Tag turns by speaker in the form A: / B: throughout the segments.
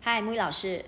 A: 嗨，木鱼老师，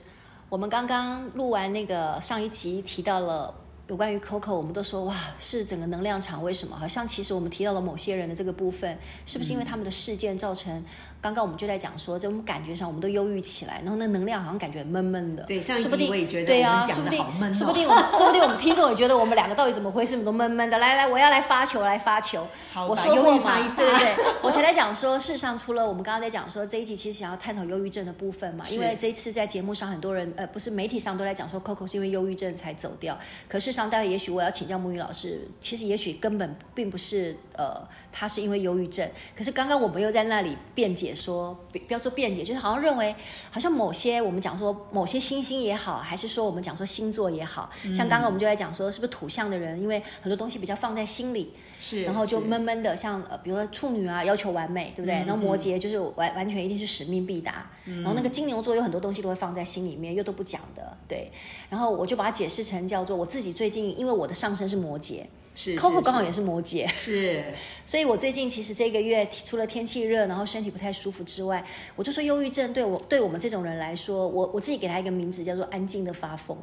A: 我们刚刚录完那个上一集提到了有关于 Coco，我们都说哇是整个能量场，为什么？好像其实我们提到了某些人的这个部分，是不是因
B: 嗯
A: 为他们的事件造成？刚刚我们就在讲说，这种感觉上我们都忧郁起来，然后那能量好像感觉闷闷的。
B: 对上一集
A: 说不定
B: 我也觉得
A: 对啊，说
B: 我们讲
A: 不
B: 得
A: 定
B: 好闷哦
A: 说不定我们说不定我们听众也觉得我们两个到底怎么回事，怎么都闷闷的。来来，我要来发球，来发球。
B: 好
A: 我
B: 把
A: 说
B: 忧
A: 过
B: 郁发
A: 嘛
B: 一发，
A: 对对对，我才在讲说，事实上除了我们刚刚在讲说这一集其实想要探讨忧郁症的部分嘛，因为
B: 是
A: 这一次在节目上很多人呃不是媒体上都在讲说 Coco 是因为忧郁症才走掉，可事实上待会也许我要请教木鱼老师，其实也许根本并不是呃他是因为忧郁症，可是刚刚我们又在那里辩解说，不不要说辩解，就是好像认为好像某些我们讲说某些星星也好，还是说我们讲说星座也好，像刚刚我们就在讲说是不是土象的人，因为很多东西比较放在心里，
B: 是
A: 然后就闷闷的，像呃，比如说处女啊，要求完美，对不对？
B: 嗯
A: 然后摩羯就是完完全一定是使命必达，然后那个金牛座有很多东西都会放在心里面，又都不讲的，对。然后我就把它解释成叫做我自己最近，因为我的上身是摩羯
B: 是
A: ，Coco 刚好也是摩羯，
B: 是
A: 所以我最近其实这个月除了天气热，然后身体不太舒服之外，我就说忧郁症对我对我们这种人来说，我我自己给他一个名字叫做安静的发疯，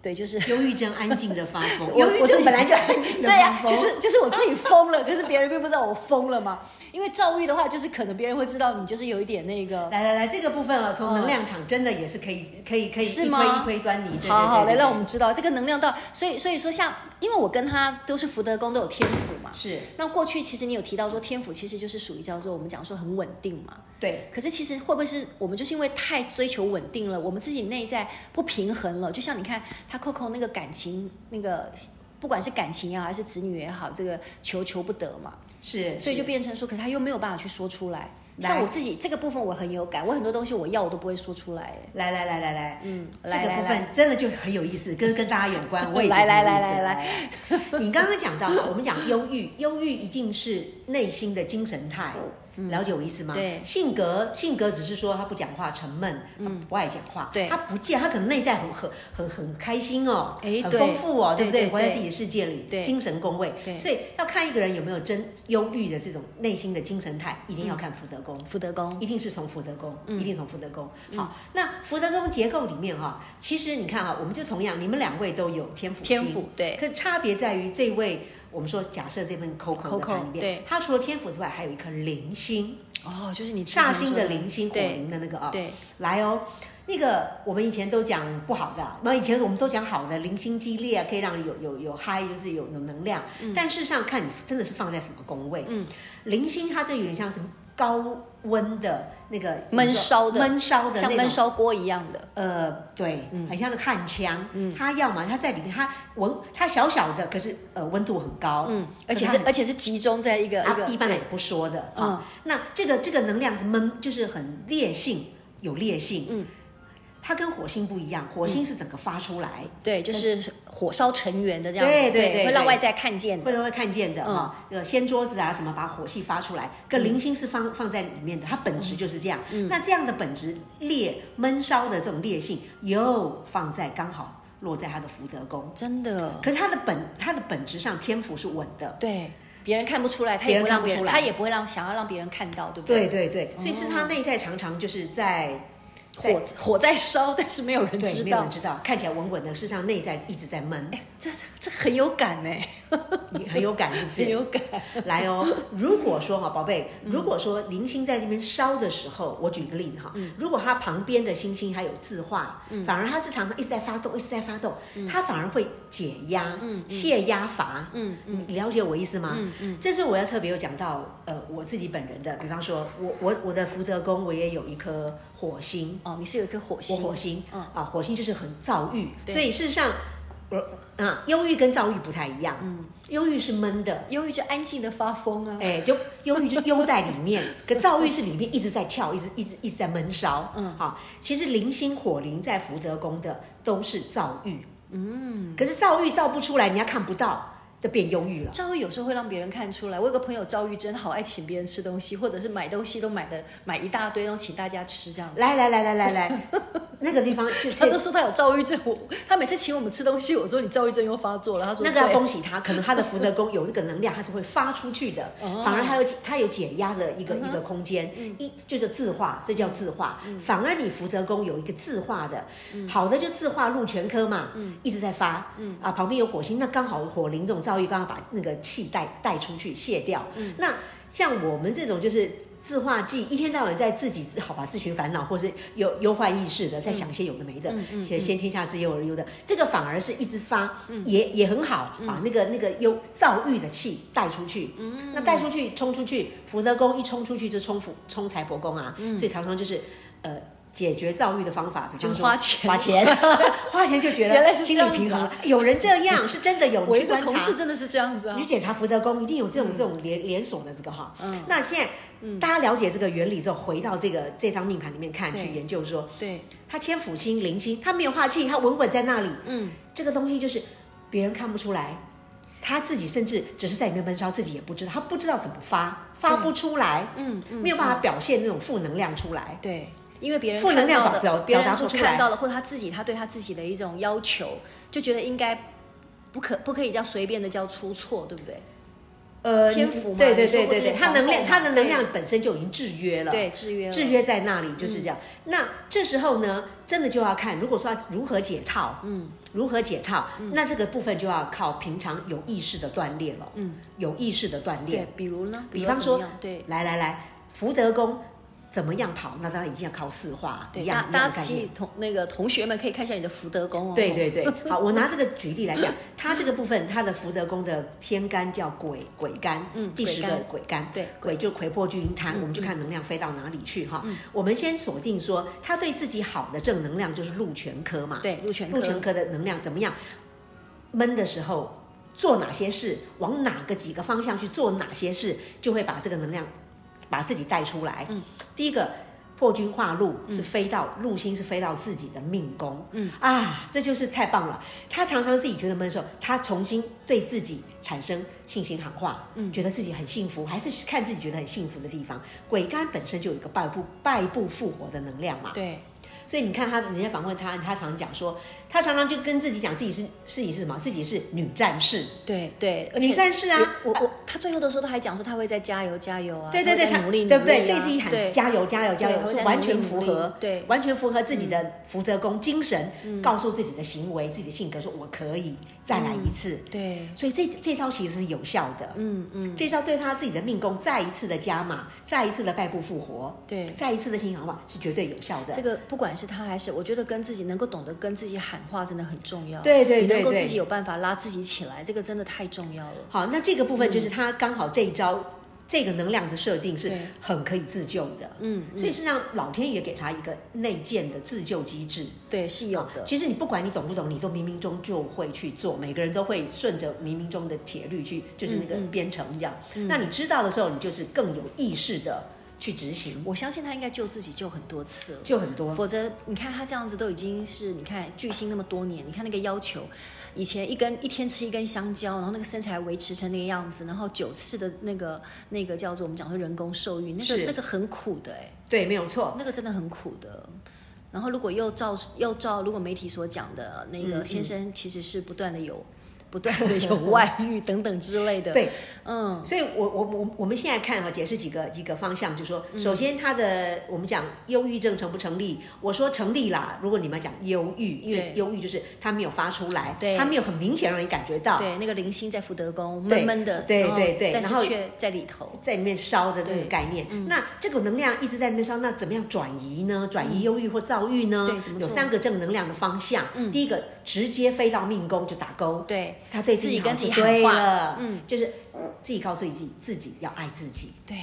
A: 对，就是
B: 忧郁症安静的发 疯，
A: 我我自己
B: 本来就安 静 的
A: 对呀、
B: 发疯，
A: 就是就是我自己疯了，可是别人并不知道我疯了嘛。因为躁郁的话，就是可能别人会知道你就是有一点那个。
B: 来来来，这个部分啊，从能量场真的也是可以可以可以
A: 是
B: 一
A: 吗
B: 窥一窥端倪，对对
A: 嗯好好
B: 对
A: 来，
B: 对
A: 让我们知道这个能量到，所以所以说像，因为我跟他都是福德宫都有天府嘛，
B: 是
A: 那过去其实你有提到说天府其实就是属于叫做我们讲说很稳定嘛，
B: 对
A: 可是其实会不会是我们就是因为太追求稳定了，我们自己内在不平衡了？就像你看他 Coco 那个感情，那个不管是感情也好，还是子女也好，这个求求不得嘛，
B: 是，
A: 所以
B: 是
A: 就变成说，可他又没有办法去说出来。
B: 来
A: 像我自己这个部分，我很有感，我很多东西我要我都不会说出来。哎
B: 来来来来来，
A: 嗯
B: 这
A: 来
B: 个
A: 来
B: 部
A: 来
B: 分真的就很有意思，跟跟大家有关。我也
A: 来来
B: 觉得很
A: 来
B: 有
A: 来
B: 意思 来，你刚刚讲到，我们讲忧郁，忧郁一定是内心的精神态。了解我意思吗？
A: 对
B: 性格性格只是说他不讲话，沉闷，嗯，不爱讲话，
A: 对
B: 他不见，他可能内在很很很很开心哦，
A: 哎
B: 很
A: 对
B: 丰富哦，对不
A: 对
B: 对？
A: 对
B: 活在
A: 对
B: 自己的世界里，
A: 对
B: 精神工位，
A: 对
B: 所以要看一个人有没有真忧郁的这种内心的精神态，一定要看福德宫。
A: 福德宫
B: 一定是从福德宫，
A: 嗯
B: 一定从福德宫。好，那福德宫结构里面哈、其实你看啊，我们就同样，你们两位都有天府
A: 天
B: 星
A: 府对
B: 可是差别在于这位，我们说假设这份 Coco 的
A: Coco，
B: 盘里面
A: 对，
B: 它除了天府之外，还有一颗零星，
A: 哦，就是你之前
B: 煞
A: 说
B: 星的零星，火
A: 对
B: 灵的那个啊、
A: 对
B: 来哦。那个我们以前都讲不好的啊，那以前我们都讲好的，零星激烈啊，可以让有有有嗨，就是有有能量。但事实上看你真的是放在什么宫位，
A: 嗯，
B: 零星它这有点像什么高温的那个
A: 闷烧的
B: 闷烧的
A: 像
B: 那
A: 焖
B: 种。
A: 烧锅一样的，
B: 呃，对，很像那个焊枪，
A: 嗯
B: 它要么它在里面，它温它小小的，可是呃温度很高，
A: 嗯，而且
B: 可
A: 是
B: 它
A: 而且是集中在一个一
B: 啊，
A: 个
B: 一般人也不说的啊、
A: 嗯
B: 那这个这个能量是闷，就是很烈性，有烈性。
A: 嗯，
B: 它跟火星不一样，火星是整个发出来，
A: 对，就是火烧成员的这样，
B: 对对对
A: 会让
B: 对
A: 外在看见
B: 不
A: 的，
B: 能会看见的
A: 嗯
B: 啊。呃、掀桌子啊什么，把火气发出来。可零星是放放在里面的，它本
A: 嗯
B: 质就是这样。那这样的本质烈闷烧的这种烈性，又放在刚好落在它的福德宫。
A: 真的，
B: 可是它的本它的本质上天赋是稳的，
A: 对，别人看不出来，他也
B: 别人
A: 不会让别
B: 看
A: 人，
B: 不出来
A: 他也不会让想要让别人看到，对不对？
B: 对
A: 哦
B: 对对，所以是它内在常常就是在对
A: 火火在烧，但是没有人
B: 对，
A: 知
B: 没有
A: 道哎
B: 人，知道，看起来稳稳的，事实上内在一直在闷，
A: 这这很有感哎，
B: 你很有感，是不
A: 很
B: 是？
A: 有感，
B: 来哦，如果说
A: 嗯
B: 哈，宝贝，如果说零星在这边烧的时候，我举个例子哈，
A: 嗯
B: 如果它旁边的星星还有字画，反而它是常常一直在发动，一直在发动，它反而会解压、泄压阀。
A: 嗯。
B: 你你了解我意思吗？嗯嗯，这是我要特别有讲到，呃，我自己本人的，比方说，我我我的福德宫，我也有一颗火星，
A: 哦，你是有一颗火
B: 我
A: 星，
B: 火星，
A: 嗯
B: 啊，火星就是很躁郁，
A: 对
B: 所以事实上，呃啊，忧郁跟躁郁不太一样，嗯，忧郁是闷的，
A: 忧郁就安静的发疯啊。
B: 哎，就忧郁就忧在里面，可躁郁是里面一直在跳，一直一直一直在闷烧。嗯，好，其实零星火灵在福德宫的都是躁郁。嗯，可是躁郁躁不出来，人家看不到，就变忧郁了。
A: 躁郁有时候会让别人看出来。我有个朋友躁郁真好爱请别人吃东西，或者是买东西都买的买一大堆，然后请大家吃这样子。
B: 来来来来 来来，那个地方就
A: 他都
B: 是
A: 说他有躁郁症，我他每次请我们吃东西，我说你躁郁症又发作了，他说
B: 那个要
A: 对
B: 恭喜他，可能他的福德宫有这个能量，他是会发出去 的，
A: 哦
B: 反而他有他有解压的一个
A: 嗯
B: 一个空间，一就是字画，这叫字画。反而你福德宫有一个字画的，
A: 嗯
B: 好的就字画禄全科嘛，一直在发，啊旁边有火星，那刚好火灵这种造诣，刚好把那个气带带出去卸掉。
A: 嗯
B: 那像我们这种就是自化剂，一天到晚在自己自好吧自寻烦恼，或是有忧患意识的，在想些有的没
A: 嗯
B: 的，先先天下之忧而忧的，这个反而是一直发，
A: 嗯
B: 也也很好，把那个那个忧躁郁的气带出去。
A: 嗯
B: 那带出去冲出去，福德宫一冲出去就冲福冲财帛宫啊，所以常常就是呃。解决躁郁的方法，
A: 嗯
B: 比方
A: 就是
B: 说
A: 花钱
B: 花钱， 花钱就觉
A: 原来
B: 得
A: 是
B: 心
A: 这样
B: 理
A: 子
B: 平衡了
A: 啊。
B: 有人这样是真的有，
A: 我
B: 你
A: 一
B: 去
A: 个
B: 观察嗯
A: 同事真的是这样子啊
B: 你去。检查福德宫，一定有这种、这种连连锁的这个哈。
A: 嗯
B: 那现在、大家了解这个原理之后，回到这个这张命盘里面看，
A: 对
B: 去研究说，
A: 对，
B: 它天府星、灵星，它没有化气，它稳稳在那里。
A: 嗯，
B: 这个东西就是别人看不出来，他自己甚至只是在里面闷烧，自己也不知道，他不知道怎么发，发不出来，
A: 嗯嗯
B: 没有办法表现那种负能量出来。
A: 对，因为别人
B: 负能
A: 看
B: 量
A: 到
B: 表
A: 的，
B: 表
A: 别
B: 表
A: 人
B: 达
A: 所
B: 不出来
A: 看到的，或者他自己他对他自己的一种要求，就觉得应该不可不可以这样随便的叫出错，对不对？
B: 呃
A: 天府嘛
B: 对对
A: 你说
B: 对
A: 过
B: 对
A: 这
B: 对，
A: 个
B: 他能量
A: 防
B: 他
A: 控
B: 的
A: 嘛
B: 能量本身就已经制约了。
A: 对，制约了
B: 制约在那里就是这样。那这时候呢，真的就要看，如果说要如何解套，嗯，如何解套，
A: 嗯
B: 那这个部分就要靠平常有意识的锻炼了，嗯，有意识的锻
A: 对
B: 炼。，
A: 比如呢？
B: 比
A: 如
B: 方
A: 怎么
B: 说
A: 样对，
B: 来来来，福德宫怎么样跑？那当然一定要靠四化，一
A: 对，大
B: 样一
A: 大
B: 样
A: 家
B: 的概
A: 仔
B: 念
A: 细。同那个同学们可以看一下你的福德宫哦。
B: 对对对，好，我拿这个举例来讲，它这个部分，它的福德宫的天干叫鬼鬼干，
A: 嗯
B: 第十个鬼干，
A: 对
B: 鬼就魁破巨阴贪，我们就看能量飞到哪里去哈。我们先锁定说，他对自己好的正能量就是禄全科嘛，
A: 对，鹿泉
B: 禄全
A: 科，
B: 科的能量怎么样？闷的时候做哪些事，往哪个几个方向去做哪些事，就会把这个能量把自己带出来。嗯，第一个破军化禄是飞到禄星是飞到自己的命宫。嗯啊，这就是太棒了。他常常自己觉得闷的时候，他重新对自己产生信心喊话，嗯，觉得自己很幸福，还是看自己觉得很幸福的地方。鬼干本身就有一个败部败部复活的能量嘛。
A: 对
B: 所以你看他，人家访问他，他常讲说，他常常就跟自己讲自己是自己是什么，自己是女战士，
A: 对对，而且
B: 女战士啊，
A: 我我他最后的时候都还讲说他会再加油加油啊，
B: 对对
A: 他
B: 对，
A: 会再
B: 他
A: 努力
B: 对不对？
A: 努力
B: 这
A: 啊
B: 一次一喊
A: 对
B: 加油加油加油，
A: 对我
B: 是
A: 在
B: 完
A: 努力
B: 全
A: 努
B: 符
A: 力
B: 合，
A: 对嗯
B: 完全符合自己的福德宫精神，告诉自己的行为、自己的性格，说我可以再来一次。
A: 对，
B: 所以这这招其实是有效的，
A: 嗯嗯
B: 这招对他自己的命宫再一次的加码，再一次的败部复活，
A: 对。
B: 再一次的心想法是绝对有效的。
A: 这个不管是他还是，我觉得跟自己能够懂得跟自己喊话真的很重要。
B: 对对
A: 你能
B: 对
A: 够
B: 对
A: 自己有办法拉自己起来，这个真的太重要了。
B: 好，那这个部分就是他刚好这一招，这个能量的设定是
A: 嗯对
B: 很可以自救的，
A: 嗯，
B: 所以是让老天爷给他一个内建的自救机制。啊
A: 对，是有的。
B: 其实你不管你懂不懂，你都冥冥中就会去做，每个人都会顺着冥冥中的铁律去，就是那
A: 嗯
B: 个编程一样。那你知道的时候，你就是更有意识的去执行，
A: 我相信他应该救自己救很多次了。
B: 就很多。
A: 否则，你看他这样子都已经是，你看巨星那么多年，你看那个要求，以前一根一天吃一根香蕉，然后那个身材维持成那个样子，然后九次的那个那个叫做我们讲说人工受孕，那
B: 是
A: 个那个很苦的哎、
B: 对，没有错。
A: 那个真的很苦的。然后如果又照又照如果媒体所讲的那
B: 嗯
A: 个先生其实是不断的有、 不断的 有外遇等等之类的，
B: 对，
A: 嗯，
B: 所以我我我我们现在看哈、啊解释几个几个方向，就说，
A: 嗯
B: 首先他的、我们讲忧郁症成不成立？我说成立啦。如果你们讲忧郁，因为
A: 对
B: 忧郁就是他没有发出来，
A: 对
B: 他没有很明显让你感觉到
A: 对，那个零星在福德宫
B: 对
A: 闷闷的，
B: 对
A: 然后
B: 对对
A: 但是
B: 然后
A: 却在里头，
B: 在里面烧的这个
A: 对嗯
B: 概念。那这个能量一直在里面烧，那怎么样转移呢？转移忧郁或躁郁呢？
A: 嗯对怎么
B: 有
A: 做嗯
B: 三个正能量的方向。第一个直接飞到命宫就打勾，
A: 对
B: 他对
A: 自己跟
B: 自
A: 自己
B: 对
A: 喊话
B: 了，
A: 嗯，
B: 就是自己告诉自己，自己要爱自己。
A: 对，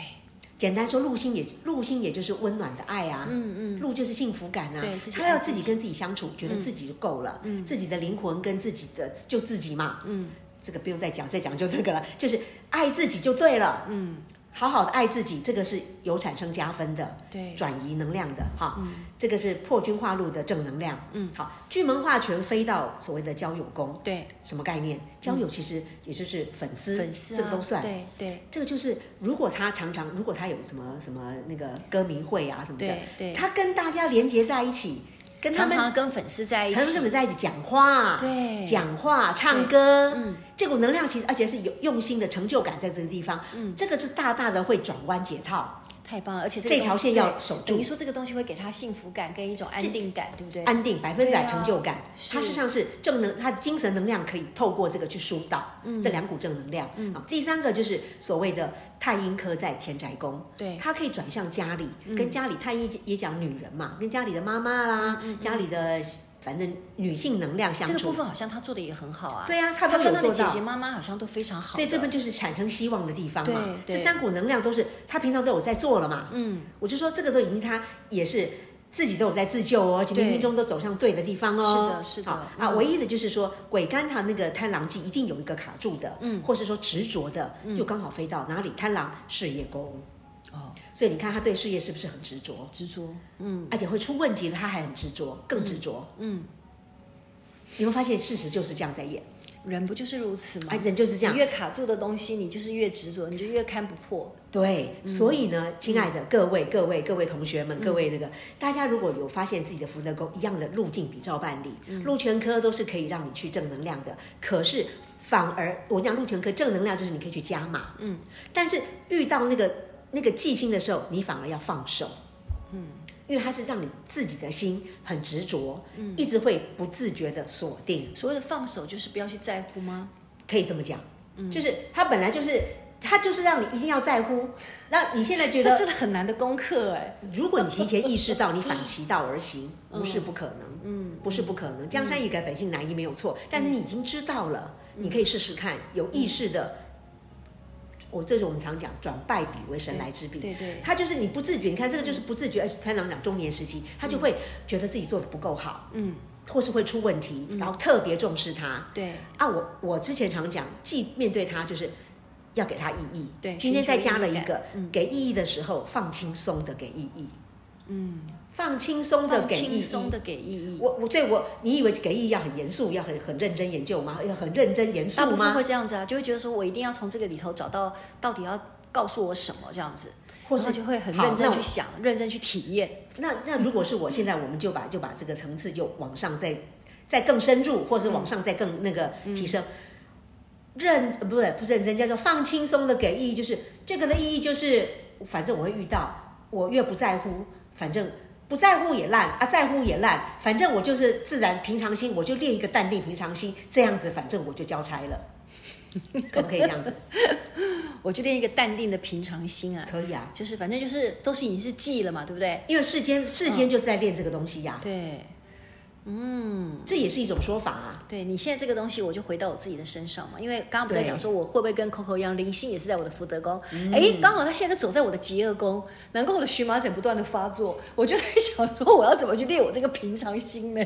B: 简单说，路心也路心也就是温暖的爱啊，
A: 嗯嗯，
B: 路就是幸福感啊。
A: 对自己
B: 他
A: 爱
B: 要
A: 自
B: 自己
A: 己嗯
B: 跟自己相处，觉得自己就够了，自己的灵魂跟自己的就自己嘛，嗯，这个不用再讲，再讲就这个了，就是爱自己就对了，嗯，好好的爱自己，这个是有产生加分的，
A: 对，嗯
B: 转移能量的哈，这个是破军化禄的正能量，嗯，好，巨门化权飞到所谓的交友宫，
A: 对，
B: 什么概念？交友其实也就是粉丝，
A: 嗯粉丝啊，
B: 这个都算，
A: 对对
B: 这个就是，如果他常常，如果他有什么什么那个歌迷会啊什么的，
A: 对对，
B: 他跟大家连接在一起，跟他
A: 常
B: 们
A: 常跟粉丝在一
B: 常常跟他
A: 起，
B: 们在一起讲话，
A: 对，
B: 讲话、唱歌，
A: 嗯
B: 这股能量其实而且是有用心的成就感在这个地方，
A: 嗯
B: 这个是大大的会转弯解套，
A: 太棒了，而且这个
B: 这条
A: 东
B: 线
A: 对
B: 要守
A: 等
B: 住
A: 于，说这个东西会给他幸福感跟一种安定感，对不对？
B: 安定百分之
A: 对
B: 百
A: 啊
B: 成就感，
A: 是
B: 它事实上是正能，它的精神能量可以透过这个去疏导，
A: 嗯
B: 这两股正能量，啊，第三个就是所谓的太阴科在田宅宫。
A: 对，嗯
B: 他可以转向家里，跟家里，他也也讲女人嘛，跟家里的妈妈啦，家里的反正女性能量相
A: 嗯这
B: 处。
A: 个部分好像他做的也很好啊。
B: 对啊，他
A: 他
B: 都
A: 跟
B: 有
A: 他的
B: 做
A: 姐
B: 到
A: 姐。妈妈好像都非常好的，
B: 所以这边就是产生希望的地方嘛，
A: 对
B: 这
A: 对
B: 三股能量都是他平常都有在做了嘛。
A: 嗯，
B: 我就说这个都已经他也是自己都有在自救哦，而且
A: 对
B: 冥冥中都走向对的地方
A: 是
B: 哦。
A: 的是的
B: 好啊，
A: 嗯
B: 唯一的就是说鬼干他那个贪狼忌一定有一个卡住的，嗯，或是说执着的，
A: 嗯
B: 就刚好飞到哪里贪狼事业宫。
A: 哦，嗯
B: 所以你看他对事业是不是很执着？
A: 执着，
B: 而且会出问题的，他还很执着，更执着。嗯，你会发现事实就是这样在演，
A: 人不就是如此吗
B: 哎，？人就是
A: 你
B: 这样。
A: 越卡住的东西，你就是越执着，你就越看不破。
B: 对，所以呢，亲爱的各位、各位、各位同学们、各位那个大家，如果有发现自己的福德宫一样的路径比照办理，路全科都是可以让你去正能量的，可是。反而，我讲路全科正能量就是你可以去加码，嗯，但是遇到那个那个忌星的时候，你反而要放手，嗯，因为它是让你自己的心很执着，嗯，一直会不自觉的锁定，
A: 所谓的放手，就是不要去在乎吗？
B: 可以这么讲，就是他本来就是他就是让你一定要在乎，让你现在觉
A: 这
B: 得，
A: 真的很难的功课哎。
B: 如果你提前意识到，你反其道而 行，不是不可能，嗯，不是不可能，江山易改，本性难移，没有错，但是你已经知道了，你可以试试看，有意识的。我这是我们常讲转败笔为神来之笔，
A: 对对
B: 他就是你不自觉，你看这个就是不自觉，而且贪狼讲中年时期，他就会觉得自己做的不够好，嗯，或是会出问题，然后特别重视他，
A: 对
B: 啊，我我之前常讲，既面对它就是要给它意义。
A: 对
B: 今天再加了一
A: 寻求意义嗯
B: 个，给意义的时候放轻松的给意义。嗯，放轻松的
A: 放
B: 给意
A: 轻
B: 义。
A: 松的给意义。
B: 我我对我，你以为给意义要很严肃，要很很认真研究吗？要很认真严
A: 大
B: 肃
A: 部分
B: 吗
A: 会？这样子啊，就会觉得说我一定要从这个里头找到到底要告诉我什么这样子，
B: 或
A: 然后
B: 是
A: 就会很
B: 好
A: 认真
B: 那我
A: 去想，认真去体验。
B: 那那如果是我现在，我们就把就把这个层次就往上再再更深入，或者是往上再
A: 嗯
B: 更那个提升。认呃不是不是认真，叫做放轻松的给意义，就是这个的意义就是，反正我会遇到，我越不在乎，反正不在乎也烂啊，在乎也烂，反正我就是自然平常心，我就练一个淡定平常心，这样子反正我就交差了，可不可以这样子？
A: 我就练一个淡定的平常心啊，
B: 可以啊，
A: 就是反正就是都是已经是记了嘛，对不对？
B: 因为世间世
A: 嗯
B: 间就是在练这个东西呀、
A: 对
B: 这也是一种说法啊。
A: 对，你现在这个东西，我就回到我自己的身上嘛，因为刚刚不在
B: 对
A: 讲说我会不会跟 Coco 一样，灵性也是在我的福德宫，诶，刚好他现在走在我的极恶宫，难怪我的荨麻疹不断的发作，我就在想说我要怎么去练我这个平常心呢？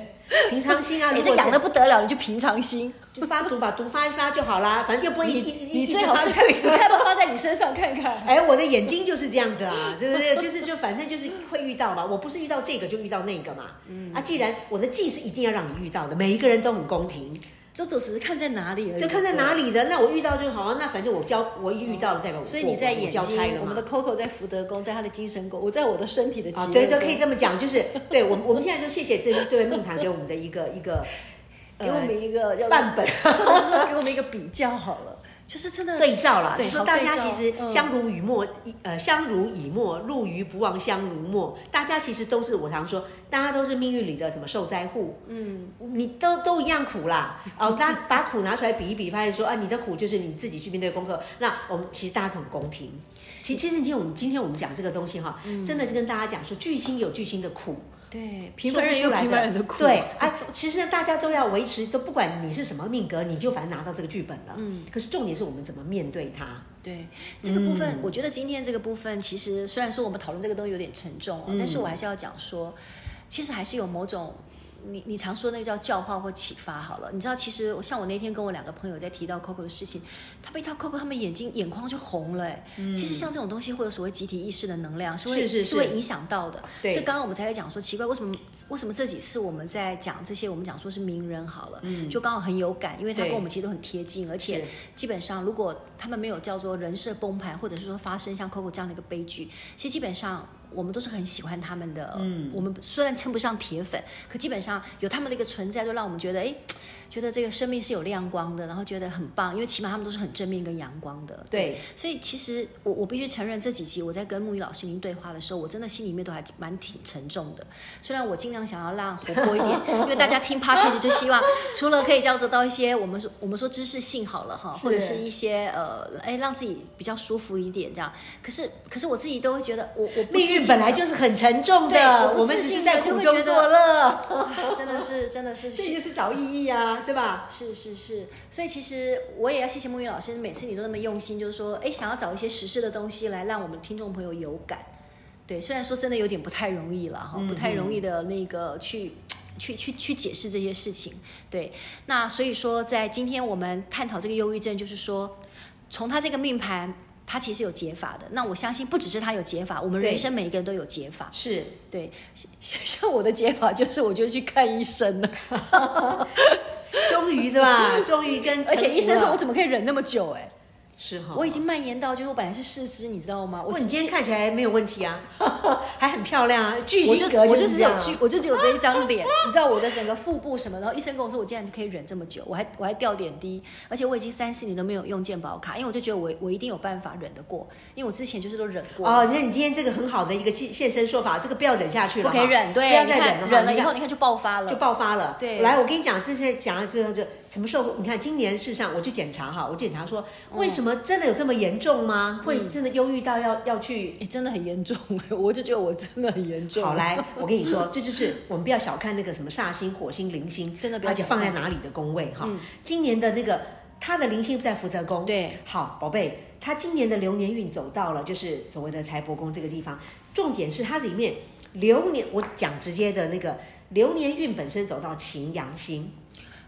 B: 平常心 啊，
A: 每
B: 如
A: 次
B: 果
A: 痒
B: 是
A: 的不哎得了，你就平常心，
B: 就发毒吧，毒发一发就 好啦，反正又不 会
A: 你
B: 一一一
A: 你
B: 一直
A: 最好
B: 发
A: 是
B: 出
A: 看，
B: 去
A: 你看要不要发在你身上看看。
B: 哎，我的眼睛就是这样子啦，对对对，就是就反正就是会遇到嘛，我不是遇到这个就遇到那个嘛，嗯啊，既然我的计是一定要让你遇到的，每一个人都很公平，
A: 这都只是看在哪里而已，
B: 就看在哪
A: 里。
B: 里的，那我遇到就好，那反正我交我一遇到了代表我，
A: 所以你在
B: 我
A: 眼
B: 交
A: 睛
B: 差，了
A: 我们的
B: 嘛。
A: Coco 在福德宫，在他的精神宫，我在我的身体的极恶
B: 啊，
A: 宫。
B: 对，都可以这么讲，就是对我们我们现在就谢谢这这位命盘给我们的一个一个呃
A: 给我们一个要
B: 范本，
A: 或者 是说给我们一个比较好了，就是真的
B: 对照啦，就
A: 对，
B: 是
A: 好
B: 说大家
A: 对照
B: 其实
A: 嗯
B: 相濡以沫，一呃，相濡以沫，入鱼不忘相濡沫。大家其实都是我常说，大家都是命运里的什么受灾户，嗯，你都都一样苦啦。 哦，大家把苦拿出来比一比，发现说啊，你的苦就是你自己去面对功课。那我们其实大家都很公平。
A: 嗯
B: 其其实今天我们今天我们讲这个东西哈，真的就跟大家讲说，巨星有巨星的苦，
A: 对，平凡人有
B: 说不出来
A: 平凡人的苦。
B: 对，哎，其实呢，大家都要维持，都不管你是什么命格，你就反正拿到这个剧本了。嗯，可是重点是我们怎么面对它。
A: 对这个部分，
B: 嗯
A: 我觉得今天这个部分，其实虽然说我们讨论这个东西有点沉重、哦，但是我
B: 嗯
A: 还是要讲说，其实还是有某种。你你常说那个叫教化或启发好了，你知道，其实我像我那天跟我两个朋友在提到 Coco 的事情，他们一到 Coco，他们眼睛眼眶就红了、哎、其实像这种东西会有所谓集体意识的能量，是会
B: 嗯是是是
A: 会影响到的。
B: 对
A: 所以刚刚我们才在讲说，奇怪，为什么为什么这几次我们在讲这些，我们讲说是名人好了，就刚好很有感，因为他
B: 嗯对
A: 跟我们其实都很贴近，而且
B: 是
A: 基本上如果他们没有叫做人设崩盘，或者是说发生像 Coco 这样的一个悲剧，其实基本上。我们都是很喜欢他们的，嗯，我们虽然称不上铁粉，可基本上有他们的一个存在，就让我们觉得，哎，觉得这个生命是有亮光的，然后觉得很棒，因为起码他们都是很正面跟阳光的，
B: 对，
A: 所以其实我我必须承认，这几集我在跟木鱼老师您对话的时候，我真的心里面都还蛮挺沉重的。虽然我尽量想要让活泼一点， 因为大家听 podcast 就希望除了可以叫得到一些我们说我们说知识性好了哈，或者是一些呃哎让自己比较舒服一点这样。可是可是我自己都会觉得我我不
B: 命
A: 自信
B: 运本来就是很沉重
A: 对
B: 的，
A: 我不
B: 我们
A: 自
B: 只是
A: 信
B: 在
A: 的就
B: 苦
A: 会
B: 中
A: 觉得
B: 作乐，
A: 啊真的是真的 是
B: 这就是找意义啊，是吧？
A: 是是是，所以其实我也要谢谢木鱼老师，每次你都那么用心，就是说，哎，想要找一些实事的东西来让我们听众朋友有感。对，虽然说真的有点不太容易了哈，不太容易的那个去。去去去解释这些事情，对，那所以说，在今天我们探讨这个忧郁症，就是说，从他这个命盘，他其实有解法的。那我相信，不只是他有解法，我们
B: 对
A: 人生每一个人都有解法。
B: 是，
A: 对， 像像我的解法就是，我就去看医生了。
B: 终于对吧？终于跟
A: 而且医生说，我
B: 怎
A: 怎么可以忍那么久、哎，
B: 是哈，
A: 我已经蔓延到，就是我本来是四肢，你知道吗？
B: 不
A: 我
B: 嗯过你今天
A: 看，
B: 看起来没有问题啊，还很漂亮啊，巨
A: 我
B: 型
A: 就
B: 格
A: 我
B: 是
A: 就
B: 这
A: 只
B: 样
A: 有
B: 啊
A: 巨，我就只有这一张脸，你知道我的整个腹部什么？然后医生跟我说，我竟然可以忍这么久，我还我还掉点滴，而且我已经三四年都没有用健保卡，因为我就觉得我我一定有办法忍得过，因为我之前就是都忍过。
B: 哦，那你今天这个很好的一个现现身说法，这个不要忍下去了
A: 不
B: 哈，
A: 可以忍，对，
B: 不要
A: 你
B: 再忍
A: 看
B: 了哈，
A: 忍了
B: 你
A: 以
B: 看
A: 后，你看就爆发了，
B: 就爆发了。
A: 呃对
B: 来，我跟你讲，这些讲了之后就什么时候？你看今年事实上我去检查哈，我检查说
A: 嗯
B: 为什么真的有这么严重吗？会真的忧郁到要要去？
A: 诶真的很严重，我就觉得我真的很严重。
B: 好，来，我跟你说，这就是我们不要小看那个什么煞星、火星、零星，
A: 真的不要
B: 而且
A: 小看嗯
B: 放在哪里的宫位哈。今年的那个他的零星在福德宫，
A: 对，
B: 好宝贝，他今年的流年运走到了就是所谓的财帛宫这个地方，重点是它里面流年，我讲直接的那个流年运本身走到擎羊星，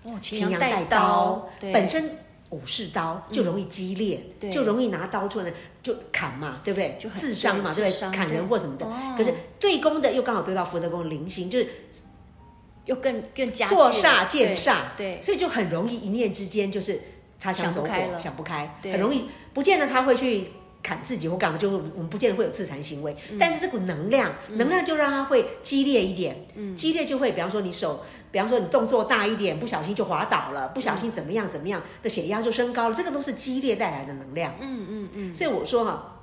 A: 哦，秦
B: 秦
A: 阳
B: 阳
A: 带
B: 带刀，
A: 对，嗯
B: 本身武士刀就容易激烈，
A: 对
B: 就容易拿刀出来就砍嘛，对不对？
A: 就很
B: 自伤嘛，
A: 对
B: 对不
A: 自伤
B: 对？砍人
A: 对
B: 或什么的。
A: 哦
B: 可是对宫的又刚好对到福德宫零星，就是
A: 又更更加
B: 坐
A: 剧
B: 煞
A: 了
B: 见煞，
A: 对对
B: 所以就很容易一念之间就是擦枪
A: 想不
B: 走火
A: 开，了
B: 想不开，
A: 对
B: 很容易不见得他会去。砍自己或干嘛，就我们不见得会有自残行为，
A: 嗯
B: 但是这股能量，能量就让他会激烈一点，
A: 嗯
B: 激烈就会，比方说你手，比方说你动作大一点，不小心就滑倒了，不小心怎么样怎么样的血压就升高了，这个都是激烈带来的能量。
A: 嗯嗯嗯，
B: 所以我说哈、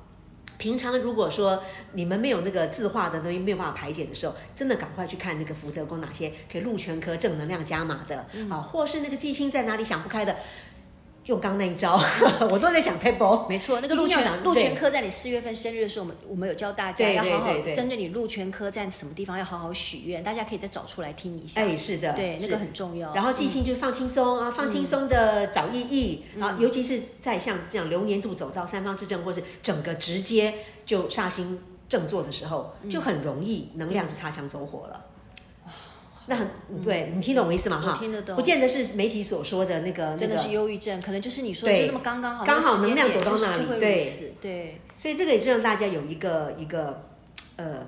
B: 平常如果说你们没有那个字画的东西没有办法排解的时候，真的赶快去看那个福德宫哪些可以禄全科正能量加码的，
A: 嗯
B: 啊，或是那个记性在哪里想不开的，用刚那一招， 我都在想 paper。
A: 没错，那个
B: 陆
A: 陆
B: 校长
A: 泉陆
B: 对
A: 泉科在你四月份生日的时候，我们我们有教大家
B: 对
A: 要好好
B: 对对对
A: 针对你陆泉科在什么地方要好好许愿，大家可以再找出来听一下。
B: 哎，是的，
A: 对，那
B: 是
A: 个很重要。
B: 然后记性就是放轻松
A: 嗯
B: 啊，放轻松的找意义啊，尤其是在像这样流年度走到三方四正，或是整个直接就煞星正坐的时候，
A: 嗯
B: 就很容易能量就擦枪走火了。那很对你听懂我意思吗？
A: 我
B: 哈，
A: 听得懂
B: 不见得是媒体所说的那个
A: 真的
B: 那个
A: 是忧郁症，可能就是你说
B: 对
A: 就那么刚刚好，
B: 刚好
A: 那个时间
B: 能量
A: 点
B: 走到
A: 就是
B: 那里
A: 就会
B: 对
A: 如此。对，
B: 所以这个也是让大家有一个一个呃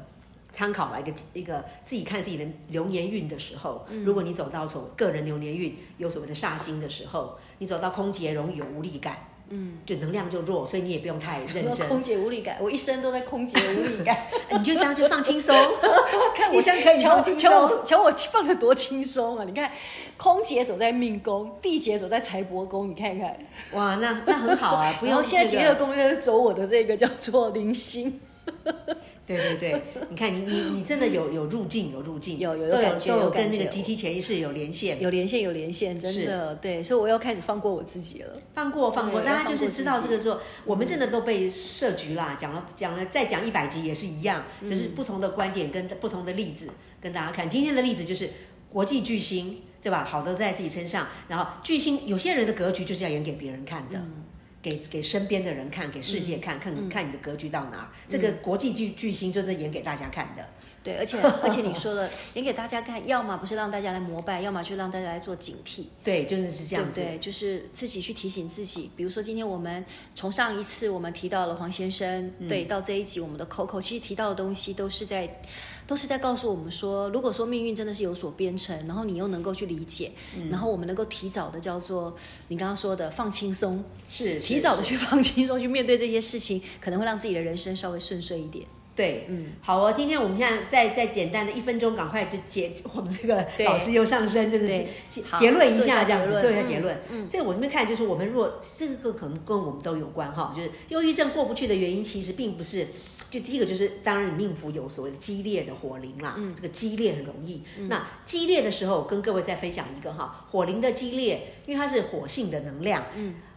B: 参考吧，一个一个自己看自己的流年运的时候，
A: 嗯
B: 如果你走到所个人流年运有所谓的煞星的时候，你走到空姐容易有无力感，嗯，就能量就弱，所以你也不用太认
A: 除了
B: 真，哎
A: 空姐无力感，我一生都在空姐无力 感。
B: 你就这样就放 轻松，
A: 看
B: 一
A: 我
B: 生可以
A: 瞧
B: 放
A: 我
B: 轻
A: 瞧
B: 松
A: 我瞧我放的多轻松啊！你看，空姐走在命宫，地姐走在财帛宫，你看看。
B: 哇，那那很好啊，不
A: 然
B: 用
A: 后现在
B: 这
A: 极
B: 个
A: 乐宫就走我的这个叫做零星。
B: 对对对，你看你你你真的有有入境有入境，
A: 有有有
B: 都有
A: 感觉
B: 都
A: 有
B: 有
A: 感
B: 跟那个
A: 觉
B: 集体潜意识有连线，
A: 有连线有连线，真的对，所以我又开始放过我自己了。
B: 放过放过，
A: 对
B: 大家
A: 要放
B: 就是
A: 过
B: 知
A: 自
B: 道
A: 己
B: 这个时候，我们真的都被设局啦，讲了讲了，再讲一百集也是一样，只
A: 嗯
B: 是不同的观点跟不同的例子跟大家看。今天的例子就是国际巨星，对吧？好都在自己身上，然后巨星有些人的格局就是要演给别人看的。
A: 嗯
B: 给给身边的人看，给世界看，看看你的格局到哪儿。这
A: 嗯
B: 个国际巨巨星就是演给大家看的。
A: 对， 而且而且你说的演给大家看，要么不是让大家来膜拜，要么就让大家来做警惕。
B: 对，就是是这样子。
A: 对不对？就是自己去提醒自己。比如说，今天我们从上一次我们提到了黄先生，对，到这一集我们的 Coco，其实提到的东西都是在，都是在告诉我们说，如果说命运真的是有所编程，然后你又能够去理解，然后我们能够提早的叫做你刚刚说的放轻松，
B: 是是
A: 提早的
B: 是
A: 去放轻松去面对这些事情，可能会让自己的人生稍微顺遂一点。
B: 对，嗯，好哦，今天我们现在再再简单的一分钟，赶快就结，我们这个
A: 对
B: 老师又上升，就是结
A: 对
B: 结
A: 好
B: 结论一
A: 做一
B: 下
A: 下
B: 这样子，
A: 结论
B: 做一下结论。
A: 嗯嗯
B: 所以我这边看就是，我们若这个可能跟我们都有关哈，就是忧郁症过不去的原因，其实并不是。就第一个就是，当然你命福有所谓的激烈的火灵啦，
A: 嗯
B: 这个激烈很容易。那激烈的时候，跟各位再分享一个哈，火灵的激烈，因为它是火性的能量，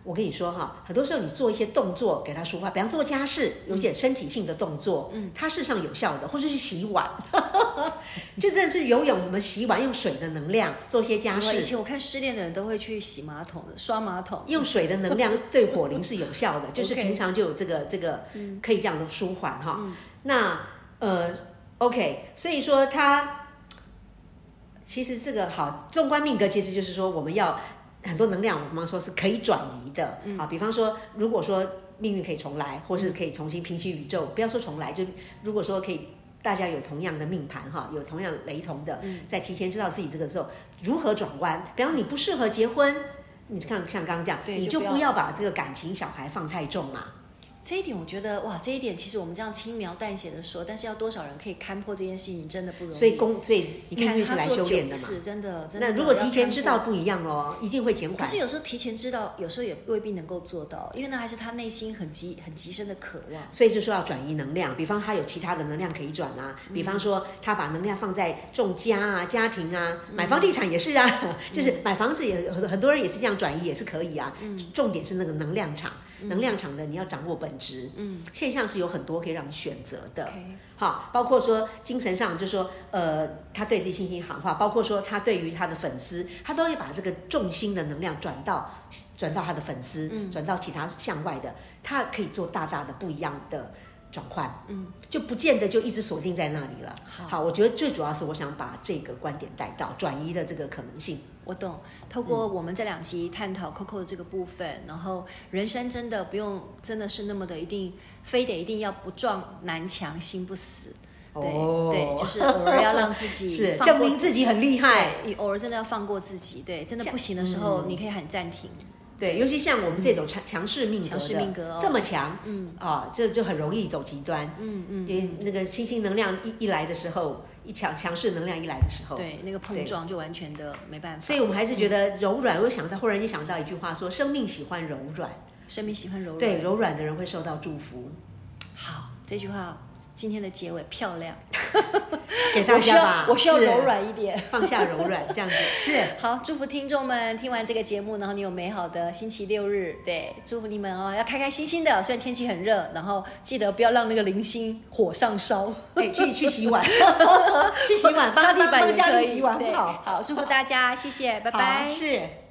B: 我跟你说哈，很多时候你做一些动作给他抒发，比方做家事，有点身体性的动作，嗯，它事实上有效的，或者是洗碗， 就真的是游泳什么洗碗，用水的能量做一些家
A: 因为以
B: 事，
A: 前我看失恋的人都会去洗马桶的，刷马桶。
B: 用水的能量对火灵是有效的，就是
A: OK
B: 平常就有这个这个可以这样的舒缓哈。那呃，OK，所以说他其实这个好，纵观命格其实就是说我们要很多能量，我们说是可以转移的、啊。比方说，如果说命运可以重来，或是可以重新平行宇宙，不要说重来，就如果说可以。大家有同样的命盘哈，有同样雷同的，
A: 嗯
B: 在提前知道自己这个时候如何转弯。比方你不适合结婚，你看像刚刚讲，
A: 对
B: 你就
A: 就不
B: 不
A: 要
B: 要把这个感情小孩放太重嘛。
A: 这一点我觉得哇，这一点其实我们这样轻描淡写的说，但是要多少人可以看破这件事情，真的不容易。
B: 所以公所以
A: 嗯你
B: 命
A: 看
B: 运是
A: 他
B: 来
A: 做
B: 修
A: 九
B: 炼的嘛。
A: 次，真的真的。
B: 那如果
A: 要
B: 提前
A: 看
B: 知道
A: 破，
B: 不一样哦，一定会减
A: 可
B: 缓
A: 是。有时候提前知道，有时候也未必能够做到，因为那还是他内心很极很极深的渴望。
B: 所以就说要转移能量，比方他有其他的能量可以转啊，比方说他把能量放在种家啊、家庭啊、买房地产也是啊， 就是买房子也很很多人也是这样转移也是可以啊。重点是那个能量场，能量场的你要掌握本质。嗯，现象是有很多可以让你选择的。
A: OK，
B: 好，包括说精神上，就说呃，他对自己信心喊话，包括说他对于他的粉丝，他都会把这个重心的能量转到转到他的粉丝，
A: 嗯
B: 转到其他向外的，他可以做大大的不一样的转换，嗯，就不见得就一直锁定在那里了。
A: 好
B: 我觉得最主要是我想把这个观点带到转移的这个可能性。
A: 我懂。透过
B: 嗯
A: 我们这两集探讨 Coco 的这个部分，然后人生真的不用，真的是那么的一定，非得一定要不撞南墙心不死。对、对，就是偶尔要让自己
B: 哦 是
A: 放
B: 证
A: 过
B: 明自己很厉害。
A: 对，你偶尔真的要放过自己，对，真的不行的时
B: 嗯
A: 候，你可以喊暂停。
B: 对，尤其像我们这种强强势命格的，
A: 嗯强势命格哦
B: 嗯这么强，
A: 嗯
B: 啊，这就很容易走极端，嗯嗯，因为那个新兴能量一一来的时候，一强强势能量一来的时候，，
A: 对，那个碰撞就完全的没办法。
B: 所以我们还是觉得柔软。我想到，忽然间想到一句话说，生命喜欢柔软，
A: 生命喜欢柔软。
B: 对，柔软的人会受到 祝福，
A: 好，这句话今天的结尾漂亮。
B: 给大
A: 我需
B: 家吧
A: 要，我需要
B: 是
A: 柔，软一点。
B: 放下柔软，这样子 是。
A: 好，祝福听众们听完这个节目，然后你有美好的星期六日，对，祝福你们哦，要开开心心的。虽然天气很热，然后记得不要让那个零星火上烧，
B: 哎，去去洗碗， 去洗碗，帮
A: 擦地
B: 帮
A: 板
B: 帮
A: 也
B: 家
A: 可
B: 里
A: 以。
B: 洗碗
A: 对，
B: 好，
A: 好，祝福大家，谢谢，拜
B: 拜
A: 拜。
B: 是。